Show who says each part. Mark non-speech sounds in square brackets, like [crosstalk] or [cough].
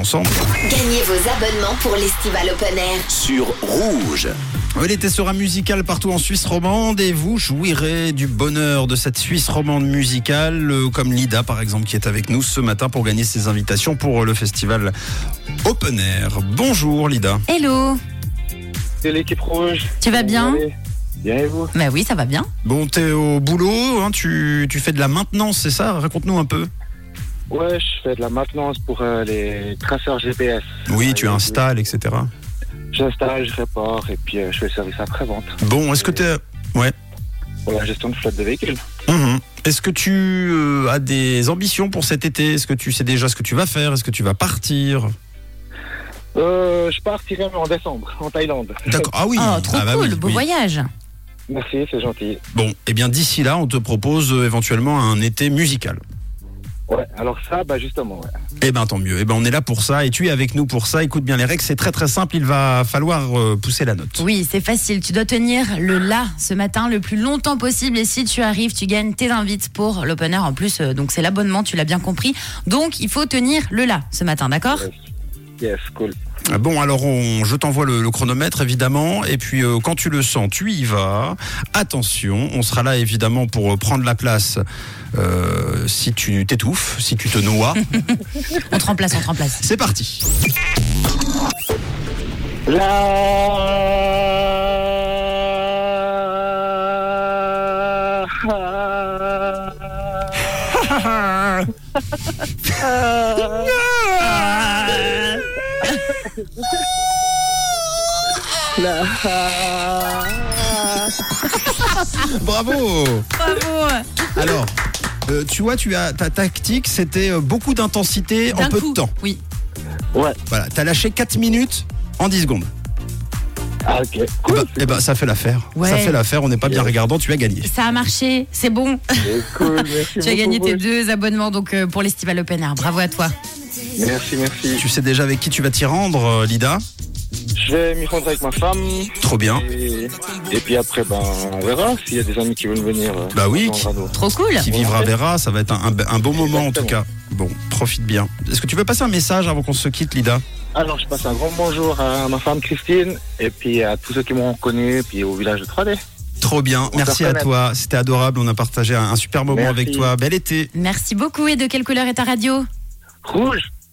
Speaker 1: ensemble.
Speaker 2: Gagnez vos abonnements pour l'Estival Open Air.
Speaker 3: sur Rouge.
Speaker 1: L'été sera musical partout en Suisse romande et vous jouirez du bonheur de cette Suisse romande musicale, euh, comme Lida par exemple qui est avec nous ce matin pour gagner ses invitations pour euh, le festival Open Air. Bonjour Lida.
Speaker 4: Hello,
Speaker 5: de l'équipe rouge.
Speaker 4: tu vas bien
Speaker 5: Allez. Bien et vous
Speaker 4: Bah oui, ça va bien.
Speaker 1: Bon, t'es au boulot, hein, tu, tu fais de la maintenance, c'est ça Raconte-nous un peu.
Speaker 5: Ouais, je fais de la maintenance pour euh, les traceurs GPS.
Speaker 1: Oui, tu
Speaker 5: Ouais,
Speaker 1: installes, etc.
Speaker 5: J'installe, je répare et puis euh, je fais le service après-vente
Speaker 1: Bon, est-ce que t'es...
Speaker 5: pour la gestion de flotte de véhicules.
Speaker 1: Mhm. Est-ce que tu euh, as des ambitions pour cet été Est-ce que tu sais déjà ce que tu vas faire Est-ce que tu vas partir
Speaker 5: Euh, je partirai en décembre en Thaïlande.
Speaker 1: D'accord. Ah oui.
Speaker 4: Oh, trop
Speaker 1: Ah bah
Speaker 4: cool,
Speaker 1: oui,
Speaker 4: beau
Speaker 1: oui.
Speaker 4: voyage.
Speaker 5: [laughs] Merci, c'est gentil.
Speaker 1: Bon, eh bien d'ici là, on te propose euh, éventuellement un été musical.
Speaker 5: Ouais, alors ça, bah justement, ouais.
Speaker 1: Eh ben tant mieux. Eh ben on est là pour ça et tu es avec nous pour ça. Écoute bien les règles, c'est très très simple. Il va falloir euh, pousser la note.
Speaker 4: Oui, c'est facile. Tu dois tenir le là ce matin le plus longtemps possible. Et si tu arrives, tu gagnes tes invites pour l'open air. En plus, euh, donc c'est l'abonnement, tu l'as bien compris. Donc il faut tenir le là ce matin, d'accord
Speaker 5: Yes, cool.
Speaker 1: Ah Bon, alors on, je t'envoie le, le chronomètre évidemment et puis euh, quand tu le sens, tu y vas. Attention, on sera là évidemment pour euh, prendre la place. euh, si tu t'étouffes, si tu te
Speaker 4: [laughs]
Speaker 1: noies,
Speaker 4: On te remplace, on te remplace.
Speaker 1: c'est parti. [laughs]
Speaker 5: La...
Speaker 1: Bravo.
Speaker 4: Bravo
Speaker 1: Alors, euh, tu vois, tu as ta tactique, c'était euh, beaucoup d'intensité en
Speaker 4: D'un
Speaker 1: peu
Speaker 4: coup.
Speaker 1: de temps.
Speaker 4: Oui.
Speaker 1: Voilà, t'as lâché 4 minutes en 10 secondes.
Speaker 5: Ah, ok.
Speaker 1: Eh
Speaker 5: Cool.
Speaker 1: ben, eh ben, ça fait l'affaire.
Speaker 4: Ouais.
Speaker 1: Ça fait l'affaire, on n'est pas bien
Speaker 5: Yes.
Speaker 1: regardant, tu as gagné.
Speaker 4: Ça a marché, c'est bon.
Speaker 1: Eh ben.
Speaker 5: C'est cool, merci
Speaker 4: Tu as gagné
Speaker 5: beaucoup,
Speaker 4: tes
Speaker 5: Rouge.
Speaker 4: deux abonnements donc euh, pour l'estival open air. Bravo à toi.
Speaker 5: Merci, merci.
Speaker 1: Tu sais déjà avec qui tu vas t'y rendre, euh, Lida
Speaker 5: Je vais m'y rendre avec ma femme.
Speaker 1: Trop bien.
Speaker 5: Et, et puis après, ben, on verra s'il y a des amis qui veulent venir. euh,
Speaker 1: Bah oui,
Speaker 5: dans le
Speaker 1: qui-
Speaker 5: radeau.
Speaker 4: Trop cool.
Speaker 1: Qui vivra verra, ça va être un, un- un beau moment en tout
Speaker 5: Exactement.
Speaker 1: cas. Bon, profite bien. Est-ce que tu veux passer un message avant qu'on se quitte, Lida
Speaker 5: Alors, je passe un grand bonjour à ma femme Christine et puis à tous ceux qui m'ont reconnu, puis au village de 3D.
Speaker 1: Trop bien,
Speaker 5: On
Speaker 1: merci
Speaker 5: se
Speaker 1: à
Speaker 5: reconnaît.
Speaker 1: toi. C'était adorable, on a partagé un, un super moment
Speaker 5: Merci.
Speaker 1: avec toi. Bel été.
Speaker 4: Merci beaucoup. Et de quelle couleur est ta radio
Speaker 5: Rouge